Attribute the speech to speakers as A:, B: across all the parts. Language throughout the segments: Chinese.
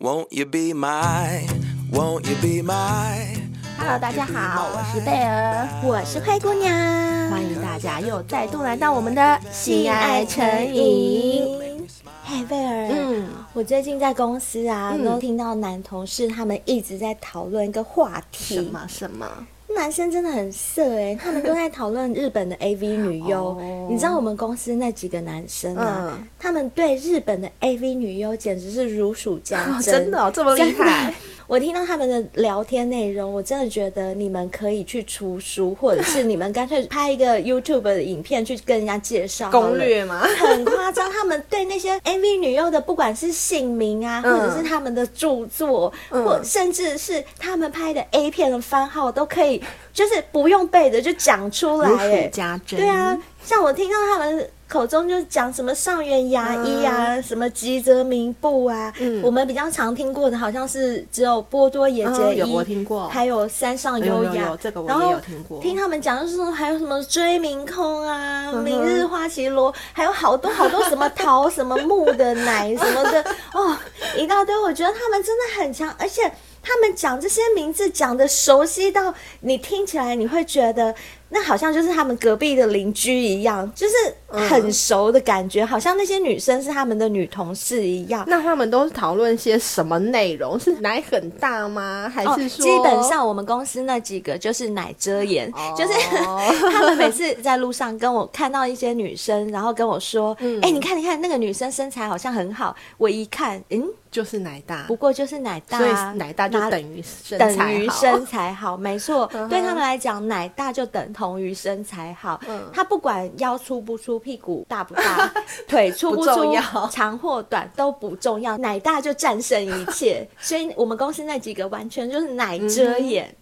A: Won't you be my? Won't you be my?
B: Hello，大家好，我是贝儿，
C: 我是灰姑娘，
B: 欢迎大家又再度来到我们的
C: 性爱成瘾。嘿，贝尔，
B: 嗯，
C: 我最近在公司啊，
B: 嗯
C: 都听到男同事他们一直在讨论一个话题，
B: 什么什么？
C: 男生真的很色哎、他们都在讨论日本的 AV 女 优
B: 哦。
C: 你知道我们公司那几个男生啊，
B: 嗯
C: 他们对日本的 AV 女优简直是如数家珍、
B: 哦 真的哦这么厉害
C: 真的！我听到他们的聊天内容，我真的觉得你们可以去出书，或者是你们干脆拍一个 YouTube 的影片去跟人家介绍好了
B: 攻略吗
C: 很夸张，他们对那些 AV 女优的，不管是姓名啊，
B: 嗯
C: 或者是他们的著作，
B: 嗯
C: 或甚至是他们拍的 A 片的番号，都可以，就是不用背的就讲出来，
B: 如数
C: 哎，
B: 家珍。
C: 对啊，，像我听到他们口中就讲什么上元牙医啊，什么吉泽明步啊，
B: 嗯
C: 我们比较常听过的好像是只有波多野结
B: 嗯
C: 衣，
B: 有我听过
C: 还有山上优
B: 有有
C: 雅，
B: 有这个我
C: 然
B: 也
C: 后
B: 有听过
C: 听他们讲就是说还有什么追明空啊、
B: 哼
C: 明日花绮罗，还有好多好多什么桃什么木的奶什么的，哦，一大堆，我觉得他们真的很强，而且。他们讲这些名字讲的熟悉到你听起来你会觉得那好像就是他们隔壁的邻居一样，就是很熟的感觉，好像那些女生是他们的女同事一样。
B: 那他们都是讨论些什么内容？是奶很大吗？还
C: 哦
B: 是，说、
C: 基本上我们公司那几个就是奶遮眼，
B: 哦
C: 就是 他们每次在路上跟我看到一些女生，然后跟我说：“哎、
B: 嗯
C: 你看，你看那个女生身材好像很好。”我一看，嗯，
B: 就是奶大
C: 不？过就是奶大
B: 所以
C: 啊，
B: 奶大就
C: 哪
B: 等于身材好
C: 等于身材好，没错
B: 嗯哼，
C: 对他们来讲，奶大就等同于身材好
B: 嗯。
C: 他不管腰粗不粗，屁股大不 大，腿粗
B: 不重
C: 粗
B: 要，
C: 长或短都不重要，奶大就战胜一 切。所以我们公司那几个完全就是奶遮
B: 嗯
C: 眼。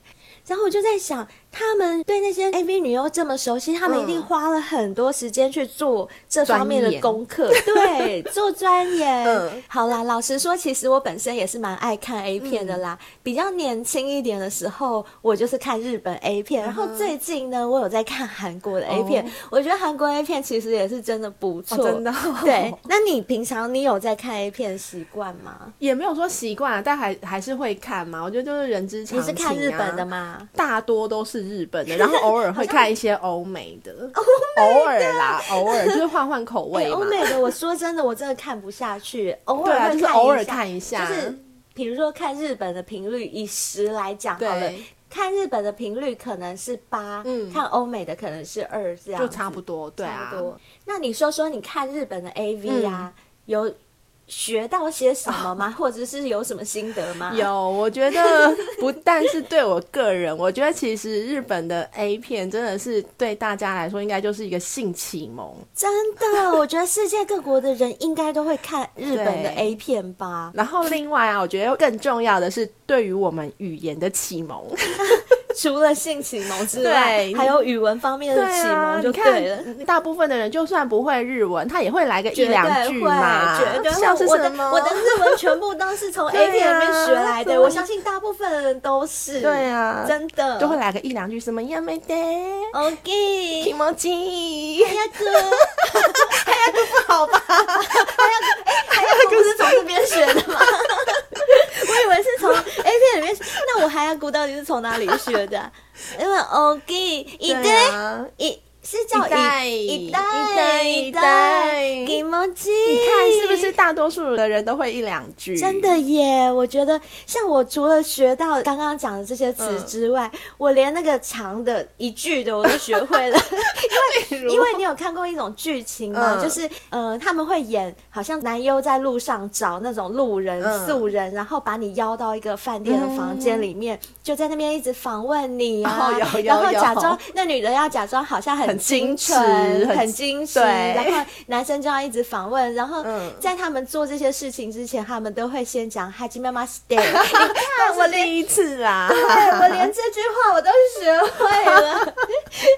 C: 然后我就在想，他们对那些 AV 女优这么熟悉，他们一定
B: 嗯
C: 花了很多时间去做这方面
B: 钻
C: 的
B: 研
C: 功课， 对，做钻研。
B: 嗯
C: 好啦，老实说，其实我本身也是蛮爱看 A 片的啦。
B: 嗯
C: 比较年轻一点的时候，我就是看日本 A 片，然后最近呢，我有在看韩国的 A 片。
B: 嗯哦
C: 我觉得韩国 A 片其实也是真的不错，
B: 哦真的哦
C: 对，那你平常你有在看 A 片习惯吗？
B: 也没有说习惯啊，但还还是会看嘛。我觉得就是人之常
C: 你
B: 情、啊。
C: 是看日本的？吗？
B: 大多都是日本的，然后偶尔会看一些欧美 的，
C: 哦
B: 偶尔啦，偶尔就是换换口
C: Oh 哎
B: 味嘛
C: 欧。美的，我说真的，我真的看不下去，偶
B: 对
C: 尔
B: 啊，
C: 会
B: 就是偶尔
C: 一下
B: 看一下，
C: 就是比如说看日本的频率，以十来讲好了
B: 对，
C: 看日本的频率可能是八、
B: 嗯
C: 看欧美的可能是二，这样
B: 就
C: 子
B: 差不多，对啊
C: 差不。多。那你说说，你看日本的 AV 啊，
B: 嗯
C: 有学到些什么 吗？或者是有什么心得吗？
B: 有，我觉 得不但是对我个人，我觉得其实日本的 A 片真的是对大家来说，应该就是一个性启蒙。
C: 真的，我觉得世界各国的人应该都会看日本的
B: 对
C: A 片吧。
B: 然后另外啊，我觉得更重要的是对于我们语言的启蒙。
C: 除了性启蒙之外
B: 对，
C: 还有语文方面的启蒙就对了。
B: 啊你看大部分的人就算不会日文，他也会来个一
C: 绝对
B: 两
C: 会，
B: 句嘛，
C: 绝对会。
B: 像是
C: 我
B: 什
C: 的
B: 么
C: 我的日文全部都是 从
B: 对
C: A
B: 啊
C: 片里面学来
B: 对
C: 的，我相信大部分人都是。
B: 对啊
C: 真的。
B: 就会来个一两句什么やめて、気
C: OK。
B: 持ちいい
C: 还要哥，还要哥不好吧？还要哎，还要哥不是从这边学的 吗？我以为是从 A 片里面，那我还要姑到底是从哪里学的啊？因为 OK 一
B: 对
C: 堆
B: 啊
C: 一是叫
B: 一代
C: 一
B: 一
C: 代
B: 代
C: 一
B: 一
C: 代
B: 代
C: 给毛鸡，
B: 你看是不是大多数的人都会一两句？
C: 真的耶！我觉得，像我除了学到刚刚讲的这些词之外，我连那个长的一句的我都学会了。
B: 例如，
C: 因为你有看过一种剧情吗？
B: 嗯
C: 就是呃，他们会演好像男优在路上找那种路人、
B: 嗯
C: 素人，然后把你邀到一个饭店的房间里面，就在那边一直访问你啊，
B: 哦有有
C: 然后
B: 有
C: 假装那女的要假装好像很
B: 很
C: 清
B: 矜持
C: 纯、
B: 很
C: 很矜持，
B: 对
C: 然后男生就要一直访问，然后
B: 嗯
C: 在他们做这些事情之前，他们都会先讲“哈基妈 妈 stay”。
B: 但我第一次啦，
C: 哎对，我啊连这句话我都学会了，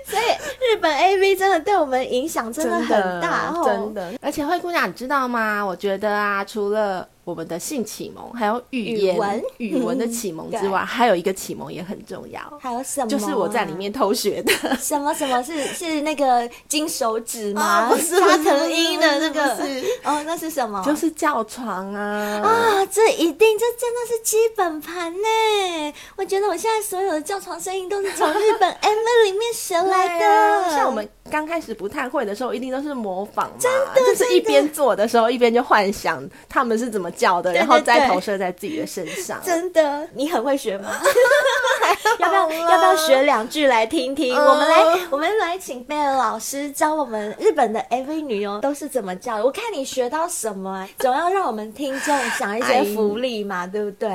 C: 所以日本 A V 真的对我们影响真的很大哦。
B: 真的。而且灰姑娘，你知道吗？我觉得啊，除了我们的性启蒙，还有语言、
C: 语文
B: 语文的启蒙之 外，还有一个启蒙也很重要，
C: 还有什么啊？
B: 就是我在里面偷学的。
C: 什么什么是是那个金手指吗？
B: 哦不是
C: 加藤鹰的那个
B: 不是不是
C: 哦，那是什么？
B: 就是叫床啊，
C: 啊，这一定这真的是基本盘呢！我觉得我现在所有的叫床声音都是从日本 M 里面学来
B: 对啊
C: 的，
B: 像我们刚开始不太会的时候，一定都是模仿嘛，
C: 真的
B: 就是一
C: 真的
B: 边做的时候，一边就幻想他们是怎么叫的，
C: 对
B: 然后
C: 对
B: 再
C: 对
B: 投射在自己的身上。
C: 真的，你很会学 吗？要不
B: 好
C: 要
B: 啦
C: 要不要学两句来听听？
B: 嗯
C: 我们来我们来请贝尔老师教我们日本的 AV 女优都是怎么叫的。我看你学到什么、 啊，总要让我们听众享一些福利嘛，对不对？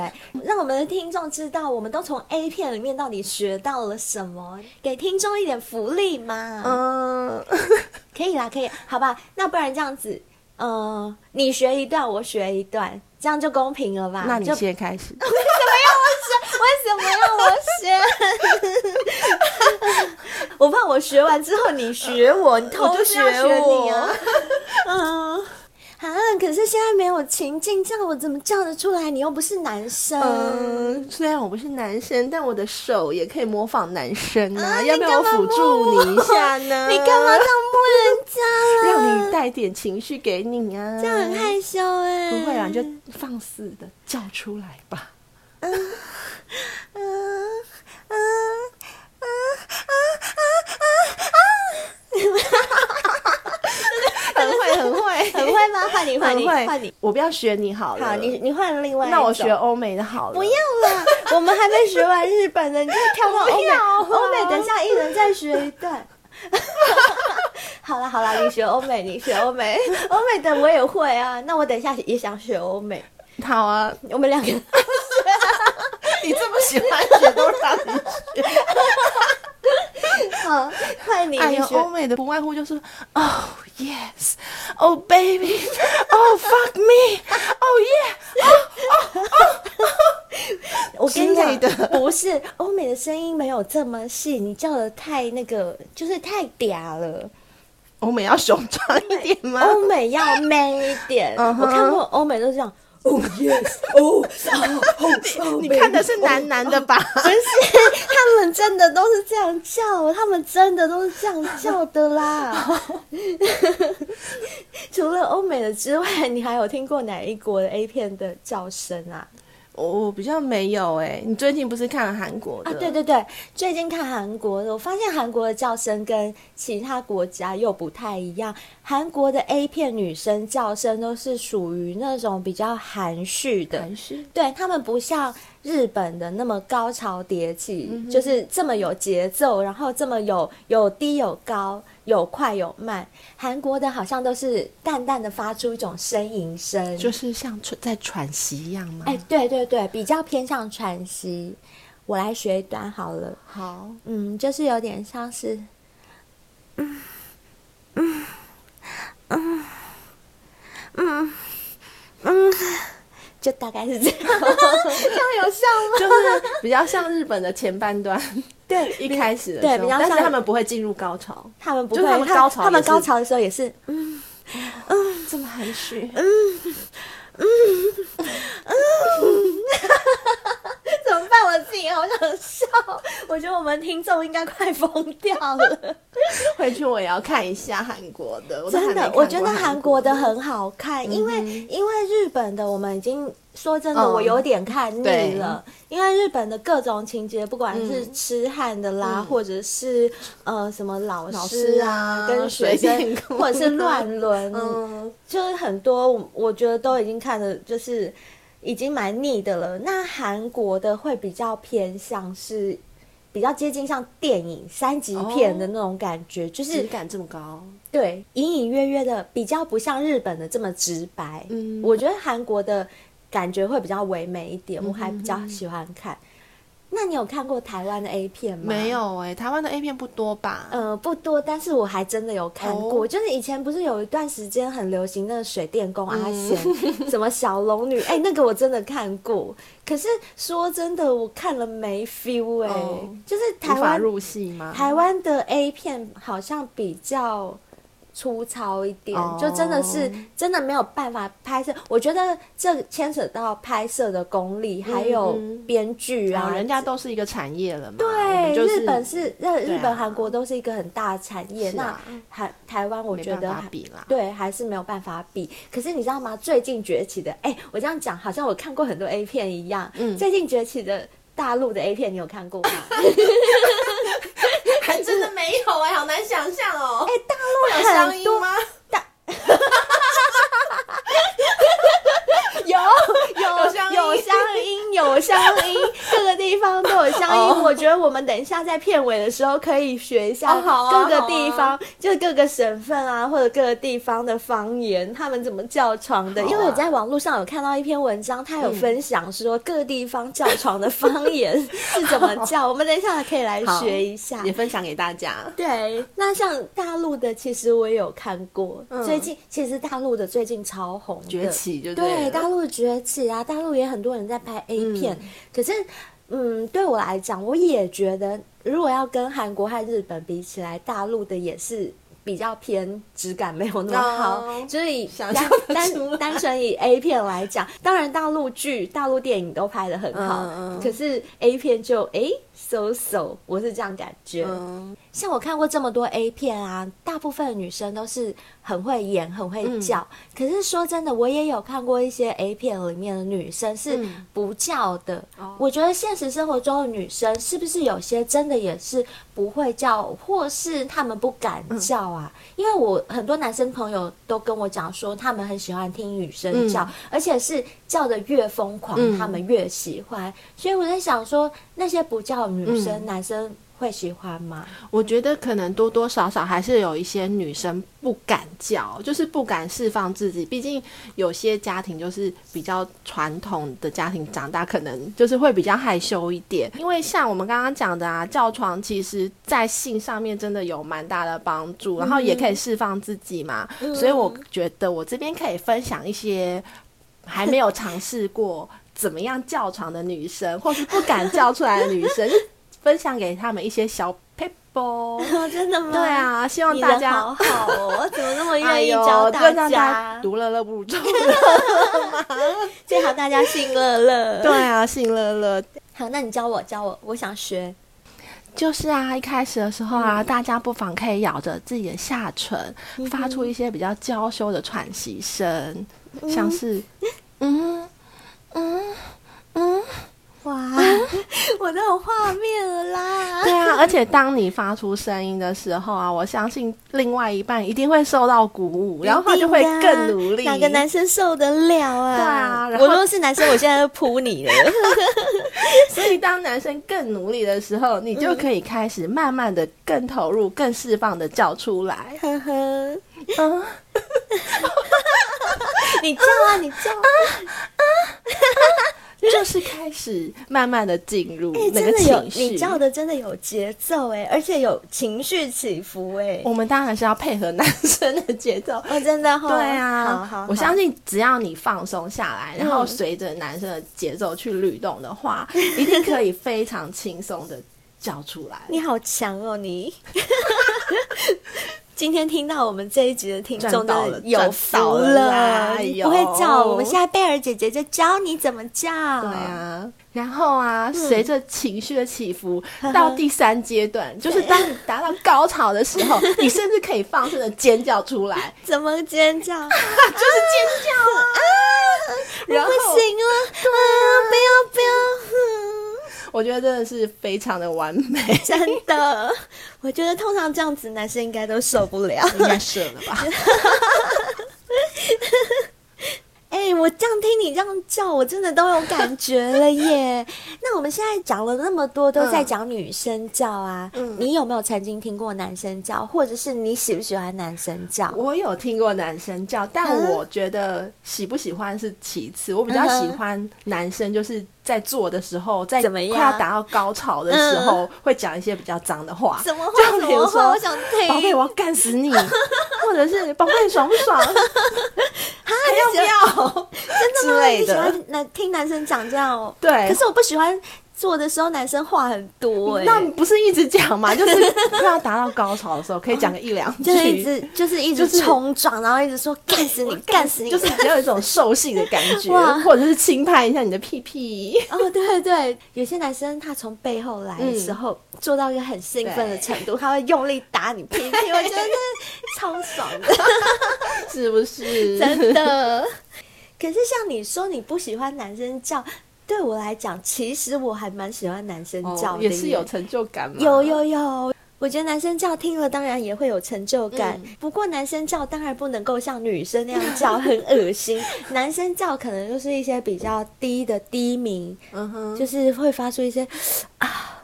C: 让我们的听众知道我们都从 A 片里面到底学到了什么，给听众一点福利嘛。
B: 嗯，
C: 可以啦，可以，好吧？那不然这样子，呃，你学一段，我学一段，这样就公平了吧？
B: 那你
C: 啊就
B: 先开始。
C: 为什么要我学？我怕我学完之后你学我，你偷
B: 我就是要学
C: 我。
B: 你啊
C: 嗯，啊，可是现在没有情境，这样我怎么叫得出来？你又不是男生。
B: 嗯，虽然我不是男生，但我的手也可以模仿男生啊，
C: 啊
B: 要不要我辅助你一下呢？
C: 你干嘛这样摸人家啦？
B: 让你带点情绪给你啊？
C: 这样很害羞哎、
B: 不会啊，你就 放肆的叫出来吧。
C: 嗯嗯嗯啊啊
B: 很会，很会，
C: 很会吗？换你，换
B: 很
C: 你，
B: 会，
C: 换你。。
B: 我不要学你好了，
C: 好，你你换另外一种。
B: 那我学欧美的好了。
C: 不要啦，我们还没学完日本的，你就跳到欧
B: 不
C: 美。
B: 要啊
C: 欧美等一下一人再学一段。好啦好啦，你学欧美，你学欧美， 欧美的我也会啊。那我等一下也想学欧美，
B: 好啊，
C: 我们两个。
B: 你这么喜欢学都让你学。
C: 好，换 你，
B: 哎
C: 你
B: 呀，
C: 学
B: 欧。美的不外乎就是，Oh yes, Oh baby, Oh fuck me, Oh yeah。
C: 我跟你
B: 之
C: 讲
B: 类的
C: 不是欧美的声音没有这么细，你叫的太那个，就是太嗲了。
B: 欧美要雄壮一点吗？
C: 欧美要 man 一点。
B: 啊嗯哼
C: 我看过欧美都是这样。Oh yes, oh, oh, oh, oh
B: 你看的是男男的吧？
C: 不是，他们真的都是这样叫，他们真的都是这样叫的 啦。除了欧美的之外，你还有听过哪一国的 A 片的叫声啊？
B: 我我比较没有哎、你最近不是看了韩国的？
C: 啊，对对对，最近看韩国的，我发现韩国的叫声跟其他国家又不太一样。韩国的 A 片女生叫声都是属于那种比较含蓄的，
B: 韩式。
C: 对他们不像日本的那么高潮迭起，就是这么有节奏，然后这么有有低有高，有快有慢。韩国的好像都是淡淡的发出一种呻吟声，
B: 就是像喘在喘息一样吗？
C: 哎、对对对，比较偏向喘息。我来学一段好了，
B: 好，
C: 嗯，就是有点像是。嗯嗯嗯嗯嗯，就大概是这样，这样有像吗？
B: 就是比较像日本的前半 段，
C: 对，
B: 一开始的
C: 对
B: 时候
C: 比较
B: 但是
C: 像
B: 他们不会进入高潮，
C: 他们不
B: 就
C: 会，
B: 是他们高潮
C: 他们
B: 也是
C: 高潮的时候也是，嗯
B: 这么含蓄。
C: 怎么办？我自己好想笑， 我觉得我们听众应该快疯掉了。
B: 回去我也要看一下韩国的，我都还没
C: 真的
B: 看，过嗯
C: 我觉得韩国的很好看，因为因为日本的我们已经说真的，
B: 嗯
C: 我有点看腻
B: 对嗯
C: 了，因为日本的各种情节，不管是痴汉的啦，或者是呃什么老
B: 老
C: 师
B: 师
C: 啊，
B: 啊
C: 跟
B: 水
C: 学生
B: 电，工
C: 或者是
B: 啊
C: 乱伦，
B: 嗯，
C: 就是很多我我觉得都已经看的，就是已经蛮腻的了。那韩国的会比较偏向是比较接近像电影三级片的那种感觉，就
B: 质
C: 是
B: 感这么高，
C: 对隐隐约约的，比较不像日本的这么直白。
B: 嗯
C: 我觉得韩国的感觉会比较唯美一点，我还比
B: 嗯
C: 较喜欢看。那你有看过台湾的 A 片吗？
B: 没。有哎、台湾的 A 片不多吧？
C: 呃，不多，但是我还真的有看过，
B: 哦
C: 就是以前不是有一段时间很流行那个水电工
B: 嗯
C: 阿 贤，什么小龙女，哎、那个我真的看过。可是说真的，我看了没 feel 哎、
B: 哦
C: 就是台
B: 无法
C: 湾
B: 入戏吗？
C: 台湾的 A 片好像比较粗糙一点，
B: 哦
C: 就真的是真的没有办法拍摄。我觉得这牵扯到拍摄的功力，还有
B: 嗯
C: 编剧
B: 然
C: 啊，
B: 后人家都是一个产业了嘛，我
C: 对，
B: 们就是
C: 日本是日
B: 对
C: 日
B: 啊
C: 本、韩国都是一个很大的产业，
B: 是啊
C: 那台台湾我
B: 没
C: 觉
B: 办
C: 得
B: 法
C: 还
B: 比啦
C: 对，还是没有办法比。可是你知道吗？最近崛起的，哎、我这样讲好像我看过很多 A 片一样。
B: 嗯
C: 最近崛起的大陆的 A 片，你有看过吗？哎、
B: 还哎真的没有哎、好难想象哦、
C: 大陆
B: 有
C: 很
B: 乡音
C: 多
B: 吗？
C: 有
B: 有乡
C: 有
B: 音
C: 有乡音，有乡音， 各个地方都有乡音。
B: 哦
C: 我觉得我们等一下在片尾的时候可以学一下
B: 哦好啊
C: 各个
B: 好啊
C: 地方，就是各个省份啊，或者各个地方的方言，他们怎么叫床的。
B: 好啊嗯
C: 因为我在网络上有看到一篇文章，它有分享说各地方叫床的方言 是怎么 叫。我们等一下可以来
B: 好
C: 学一下。
B: 也分享给大家。
C: 对，那像大陆的，其实我也有看过。
B: 嗯
C: 最近其实大陆的最近超红的，
B: 崛起就对
C: 对
B: 了
C: 大陆崛起啊，大陆也很多人在拍 A
B: 嗯
C: 片，可是，嗯，对我来讲，我也觉得，如果要跟韩国和日本比起来，大陆的也是。比较偏质感没有那么好
B: 哦
C: 就是以
B: 想
C: 单
B: 象得出来
C: 单单纯以 A 片来讲，当然大陆剧、大陆电影都拍的很好，
B: 嗯嗯
C: 可是 A 片就诶 so so，我是这样感觉。
B: 嗯，
C: 像我看过这么多 A 片啊，大部分女生都是很会演、很会叫。
B: 嗯
C: 可是说真的，我也有看过一些 A 片里面的女生是
B: 嗯
C: 不叫的。
B: 哦
C: 我觉得现实生活中的女生是不是有些真的也是不会叫，或是她们不敢叫啊？
B: 嗯
C: 因为我很多男生朋友都跟我讲说，他们很喜欢听女生叫，
B: 嗯
C: 而且是叫的越疯狂，
B: 嗯
C: 他们越喜欢。所以我在想说，那些不叫的女生，
B: 嗯
C: 男生会喜欢吗？
B: 我觉得可能多多少少还是有一些女生不敢叫，就是不敢释放自己。毕竟有些家庭就是比较传统的家庭长大，可能就是会比较害羞一点。因为像我们刚刚讲的啊，叫床其实在性上面真的有蛮大的帮助，然后也可以释放自己嘛。所以我觉得我这边可以分享一些还没有尝试过怎么样叫床的女生，或是不敢叫出来的女生，分享给他们一些小 paper。
C: 哦真的吗？
B: 对，啊，希望
C: 你
B: 大
C: 人
B: 家
C: 好好哦，怎么 那么
B: 哎
C: 愿意
B: 呦，这
C: 教大
B: 让
C: 家？
B: 独乐乐不如众乐。
C: 最好大家信乐乐。
B: 对，啊，幸乐乐
C: 好，那你教我教我，我想学。
B: 就是啊，一开始的时候啊，
C: 嗯
B: 大家不妨可以咬着自己的下唇，发出一些比较娇羞的喘息声，像是嗯嗯嗯，
C: 哇， 我都有画面了 啦！
B: 对啊。而且当你发出声音的时候啊，我相信另外一半一定会受到鼓舞，然后他就会更努力。
C: 啊哪个男生受得了啊？
B: 对啊然后
C: 我如果是男生，我现在就扑你了。
B: 所以，当男生更努力的时候，你
C: 嗯
B: 就可以开始慢慢的更投入、更释放的叫出来。
C: 呵 呵，
B: 嗯，
C: 你叫啊，你叫啊！
B: 就是开始慢慢的进入
C: 哎，
B: 那
C: 真
B: 个
C: 的有，
B: 情
C: 你
B: 绪。
C: 叫的真的有节奏哎，而且有情绪起伏哎。
B: 我们当然是要配合男生的节奏。
C: 哦，真的哈。
B: 对啊，
C: 好好好，
B: 我相信只要你放松下来，然后
C: 嗯
B: 随着男生的节奏去律动的 话，一定可以非常轻松的叫出来。
C: 你好强哦，你！ 今天听到我们这一集的听众
B: 赚
C: 真
B: 到
C: 的
B: 了
C: 有
B: 赚
C: 福
B: 到了啦哎
C: 你
B: 呦
C: 不会叫，我们现在贝尔姐姐就教你怎么叫。
B: 对，啊，然后啊，随着情绪的起伏，到第三阶段，就是当你达到高潮的时 候，你甚至可以放声的尖叫出来，
C: 怎么 尖叫？啊，
B: 就是尖叫啊！然后
C: 不行了，啊，不要不要，
B: 我觉得真的是非常的完 美，
C: 嗯真的，我觉得通常这样子男生应该都受不了。
B: 应该射了吧？
C: 哎、我这样听你这样叫，我真的都有感觉了耶。 那我们现在讲了那么多，都在讲女生叫啊。你有没有曾经听过男生叫，或者是你喜不喜欢男生叫？
B: 我有听过男生叫，但
C: 嗯
B: 我觉得喜不喜欢是其次，我比较喜欢男生就是在做的时候，在
C: 怎么样嗯
B: 快要达到高潮的时候，会讲一些比较脏的话，
C: 怎么话？
B: 就
C: 怎
B: 比
C: 么
B: 如
C: 话？
B: 说
C: 我想听。
B: 宝贝，我要干死你，或者是宝贝你爽不爽？还哎要不要？
C: 真的
B: 之
C: 吗？
B: 类
C: 你喜
B: 的
C: 欢男听男生讲这样哦？
B: 对
C: 可是我不喜欢做的时候男生话很多哎、
B: 那不是一直讲 嘛，就是快要达到高潮的时候，可以讲个一两句，
C: 就是一直就是一直
B: 就是
C: 冲撞，然后一直说干死你，干死你，
B: 就是比较有一种兽性的感觉
C: 哇，
B: 或者是轻拍一下你的屁屁。
C: 哦，对对，有些男生他从背后来的时候、做到一个很兴奋的程度，他会用力打你屁屁，我觉得超爽的，
B: 是不是？
C: 真的。 可是像你说你不喜欢男生叫，对我来讲，其实我还蛮喜欢男生
B: 哦
C: 叫的耶、
B: 也是有成就感嘛。
C: 有有有，我觉得男生叫听了当然也会有成就感，不过男生叫当然不能够像女生那样叫，很恶心。 男生叫可能就是一些比较低的低鸣，
B: 嗯哼，
C: 就是会发出一些 啊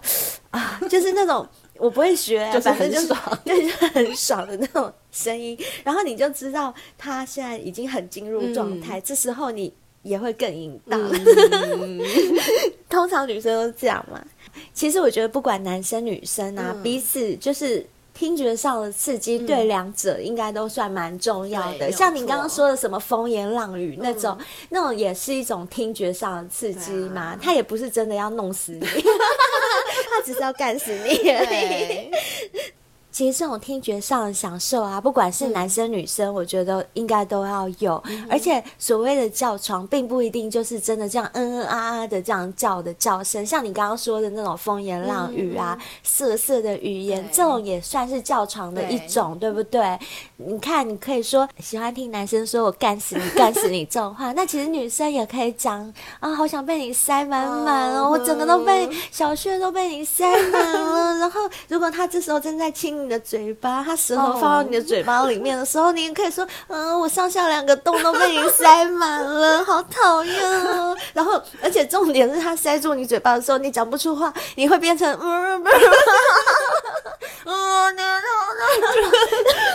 C: 啊，就是那种我不会学、
B: 就是
C: 反正
B: 很
C: 就是
B: 爽，
C: 就是很爽的那种声音，然后你就知道他现在已经很进入状态，
B: 嗯
C: 这时候你也会更淫荡。通常女生都这样嘛。其实我觉得不管男生女生啊，
B: 嗯
C: 彼此就是。听觉上的刺激对两者应该都算蛮重要
B: 对
C: 的，
B: 没有
C: 像你刚刚
B: 错
C: 说的什么风言浪语那种，那种也是一种听觉上的刺激
B: 对啊
C: 嘛。他也不是真的要弄死你， 他只是要干死你而已。
B: 嗯 对，
C: 其实这种听觉上的享受啊，不管是
B: 嗯
C: 男生女生，我觉得应该都要有。而且所谓的叫床，并不一定就是真的这样嗯嗯啊啊的这样叫的叫声，像你刚刚说的那种风言浪语啊、色色的语言
B: 嗯对，
C: 这种也算是叫床的一种，对不对？你看，你可以说喜欢听男生说我干死你、干死你这种话，那其实女生也可以讲啊，好想被你塞满满哦，
B: 嗯
C: 我整个都被小穴都被你塞满了。然后，如果他这时候正在亲你的嘴巴，他舌头放到你的嘴巴里面的时候，你也可以说，嗯，我上下两个洞都被你塞满了，好讨厌哦。然后，而且重点是他塞住你嘴巴的时候，你讲不出话，你会变成嗯嗯嗯嗯，嗯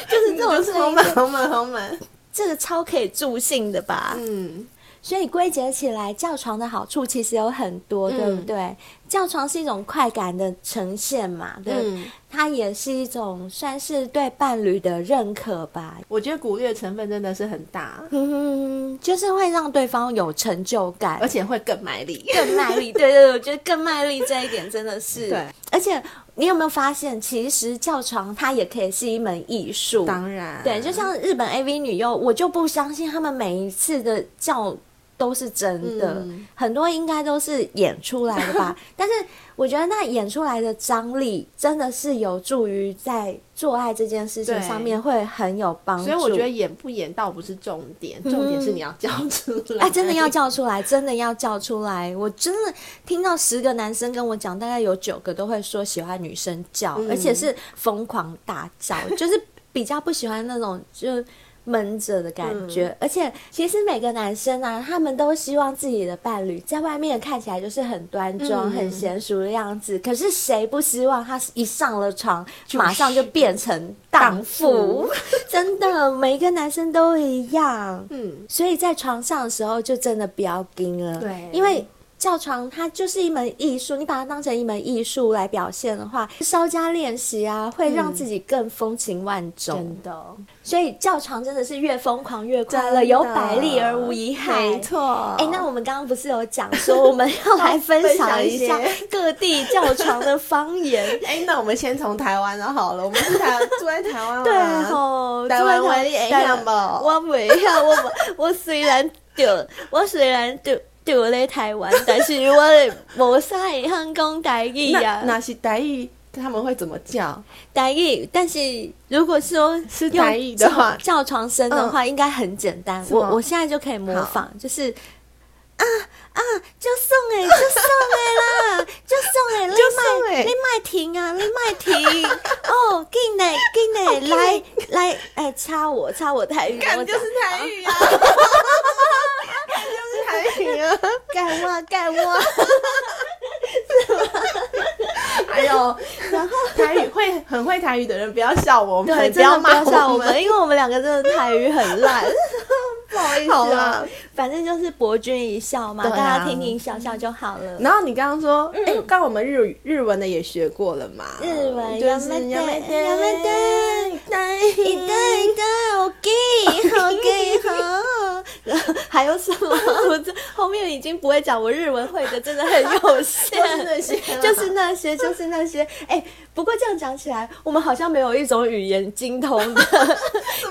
C: 就是这种
B: 就是
C: 声
B: 好
C: 音，
B: 满好满好满。
C: 这个超可以助兴的吧？
B: 嗯，
C: 所以归结起来，叫床的好处其实有很多，对不对？叫床是一种快感的呈现嘛，对，
B: 嗯
C: 它也是一种算是对伴侣的认可吧，
B: 我觉得鼓励的成分真的是很大，
C: 嗯，就是会让对方有成就感，
B: 而且会更卖力。
C: 更卖力。对对，对我觉得更卖力这一点真的是
B: 对，
C: 而且你有没有发现，其实叫床它也可以是一门艺术，
B: 当然，
C: 对，就像日本 AV 女优，我就不相信他们每一次的叫都是真的，
B: 嗯
C: 很多应该都是演出来的 吧。但是我觉得那演出来的张力，真的是有助于在做爱这件事情
B: 对
C: 上面会很有帮助。
B: 所以我觉得演不演倒不是重点，重点是你要叫出来。
C: 嗯 哎，真的要叫出来，真的要叫出来！我真的听到十个男生跟我讲，大概有九个都会说喜欢女生叫，
B: 嗯
C: 而且是疯狂大叫，就是比较不喜欢那种就闷着的感
B: 嗯
C: 觉。而且其实每个男生啊，他们都希望自己的伴侣在外面看起来就是很端庄、
B: 嗯
C: 很娴熟的样子，可是谁不希望他一上了床，
B: 就是
C: 马上就变成荡妇？ 真的，每一个男生都一样。
B: 嗯，
C: 所以在床上的时候就真的不要盯了，
B: 对
C: 因为。叫床它就是一门艺术，你把它当成一门艺术来表现的话，稍加练习啊，会让自己更风情万种。
B: 真的，
C: 所以叫床真的是越疯狂越快
B: 真
C: 乐，
B: 的
C: 有百利而无一害。
B: 没错。
C: 哎、那我们刚刚不是有讲说，我们要来分享一 下
B: 分享一些？
C: 各地叫床的方言
B: 哎、那我们先从台湾的好了，我们是台住在台湾嘛
C: 对啊吼，
B: 台湾哎话你会
C: 啊
B: 晓无
C: 我袂晓，我不我虽然着，我虽然着着咧台湾，但是我的无啥会晓讲台语
B: 那
C: 啊，
B: 那是台语，他们会怎么叫？
C: 台语。但是如果说
B: 是
C: 用
B: 台语的话嗯
C: 叫叫床声的话，应该很简单。
B: 是
C: 我
B: 吗
C: 我现在就可以模仿，就是。啊啊！就送哎，就送 哎啦，就送哎，你
B: 送欸
C: 卖
B: 的
C: 你卖停啊，你卖停 哦，进来进
B: 哦
C: 来，来来，哎，插我插我台语，我讲
B: 台语啊， 干就是台语啊。
C: 干我干我。
B: 哎呦，然后台语会很会台语的人不要笑我们，
C: 对，
B: 不
C: 真的不
B: 骂
C: 要笑我
B: 我
C: 们，因为我们两个真的台语很 烂，不好意思、
B: 好
C: 啊
B: 啦，
C: 反正就是博君一笑嘛，
B: 对啊
C: 大家听听笑笑就好了。
B: 然后你刚刚说，哎、刚刚我们日语日文的也学过了嘛？
C: 嗯日文
B: 就是や
C: やめて
B: めて
C: やめて一个一个，OK，好 OK，好， 还有什么？我这后面已经不会讲，我日文会的真的很有 限，
B: 就是那些啦
C: 就是那些，就是那些。哎、不过这样讲起来，我们好像没有一种语言精通 的，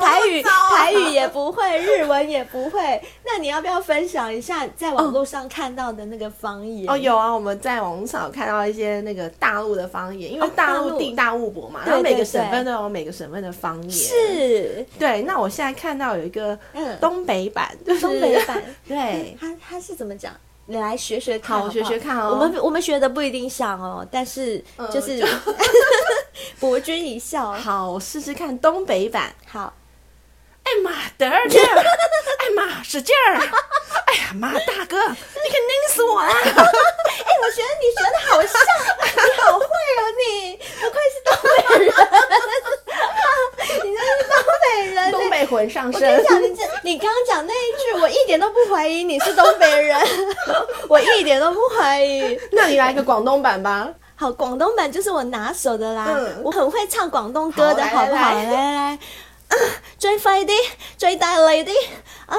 C: 台语、
B: 糟啊
C: 台语也不会，日文也不会。那你要不要分享一下在网络上看到的那个方言？
B: 哦，有啊，我们在网络上有看到一些那个大陆的方言，因为
C: 哦
B: 大
C: 大
B: 陆
C: 陆
B: 地大物博嘛，
C: 对
B: 然后每
C: 对
B: 个省
C: 对
B: 份都有每个省份的方言。，
C: 是
B: 对。那我现在看到有一个
C: 嗯
B: 东北版，就是
C: 东北版。
B: 对，
C: 他他是怎么讲？你来学学看
B: 哎好
C: 好不
B: 学学看哦
C: 我们我们学的不一定像哦，但是
B: 嗯
C: 就是、
B: 就
C: 博君一笑。
B: 好，我试试看东北版。
C: 好，
B: 哎妈，得儿劲 儿！哎妈，使劲儿！哎呀妈，大哥，你可拧死我啊了！
C: 哎、我觉得你学的好像，你好会哦，你不愧是东北人，你真是东北人。
B: 东北魂上
C: 我跟
B: 身
C: 你。讲，你这你刚刚讲那一句，我一点都不怀疑你是东北人， 我一点都不怀疑。
B: 那你来个广东版吧。
C: 好，广东版就是我拿手的啦，
B: 嗯
C: 我很会唱广东歌的，
B: 好
C: 好
B: 来
C: 不好？
B: 来
C: 来
B: 来
C: 来来，啊最快啲，最大力啲，啊，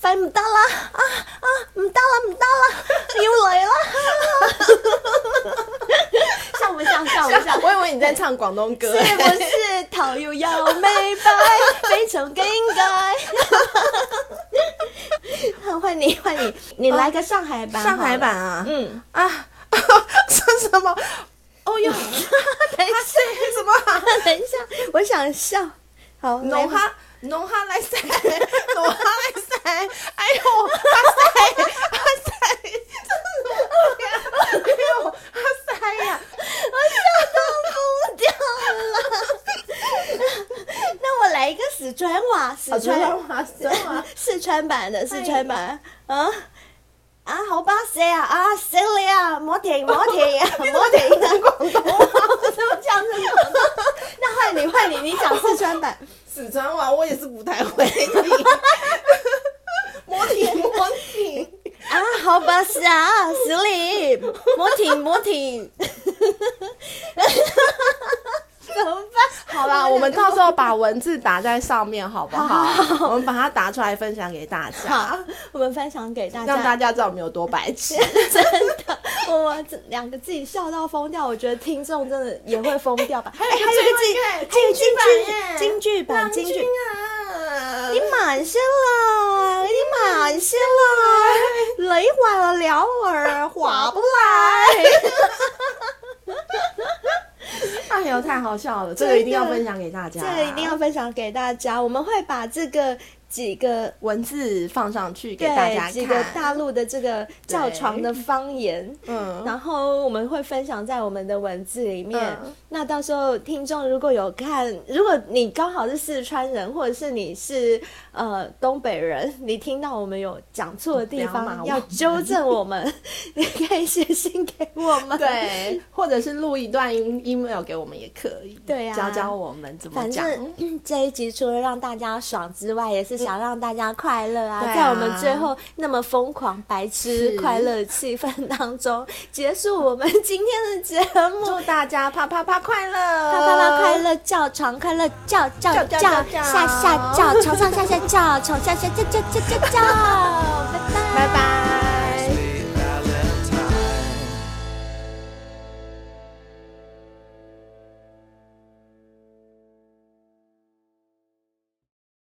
C: 快唔得啦，啊啊，唔得啦，唔 得啦，要嚟啦！像不 像？像不像？
B: 我以为你在唱广东歌。
C: 是不是头要有美白，非常应该？ 好，换你，换你，你来个上海 版，
B: 上海，版啊，
C: 嗯，
B: 啊， 这什么？哦 哟，
C: 等一
B: 他
C: 下
B: 是什 么？
C: 等一下，我想笑。好，来
B: 弄哈弄哈来塞， 弄哈来塞，哎呦，哈塞哈塞，这是什么东西啊？哎呦，哈塞呀！
C: 我 笑到疯掉了。 那我来一个四川话，四川哎
B: 话，真话。
C: 啊四川版的四川版，啊啊，好巴适啊啊，死了呀，莫 停莫停呀，莫停啊！广东话，我怎么讲成广东话？ 那换你换你，你讲四川版，
B: 四川话我也是不太会听。摸挺摸挺，
C: 啊，好巴适啊，死里莫停莫停， 怎么办？
B: 好啦，我们到时候把文字打在上面，好不好？我们把它打出来分享给大家，
C: 好，我们分享给大
B: 让
C: 家
B: 大。家知道我们有多白痴。
C: 真的，我这两个自己笑到疯掉，我觉得听众真的也会疯掉吧。还有
B: 有一个
C: 还有一个
B: 最
C: 京
B: 后一个哎
C: 还有京剧
B: 版耶
C: 京剧版京
B: 金
C: 剧，
B: 啊！
C: 你慢些啦，你慢些啦，累坏了聊会儿划不来。
B: 哎呦，太好笑了，这个一定要分享给大家，
C: 这个一定要分享给大家，我们会把这个几个。
B: 文字放上去给大家
C: 对，几个
B: 看。
C: 大陆的这个较床的方言，
B: 嗯，
C: 然后我们会分享在我们的文字里面。
B: 嗯
C: 那到时候听众如果有看，如果你刚好是四川人，或者是你是呃东北人，你听到我们有讲错的地
B: 不要骂
C: 方，
B: 我
C: 要纠正我们， 你可以写信给我们。
B: 对，或者是录一段音 email 给我们也可以，
C: 对啊
B: 教教我们怎么
C: 反
B: 讲。
C: 正嗯这一集除了让大家爽之外，也是想让大家快乐啊！
B: 嗯对啊
C: 在我们最后那么疯狂、白痴
B: 是、
C: 快乐的气氛当中，结束我们今天的节目。
B: 祝大家啪啪啪快乐，
C: 啪啪啪！快乐叫，床快乐叫叫
B: 叫
C: 叫，
B: 叫叫
C: 下下叫，床上下下叫，床下下叫叫叫叫叫。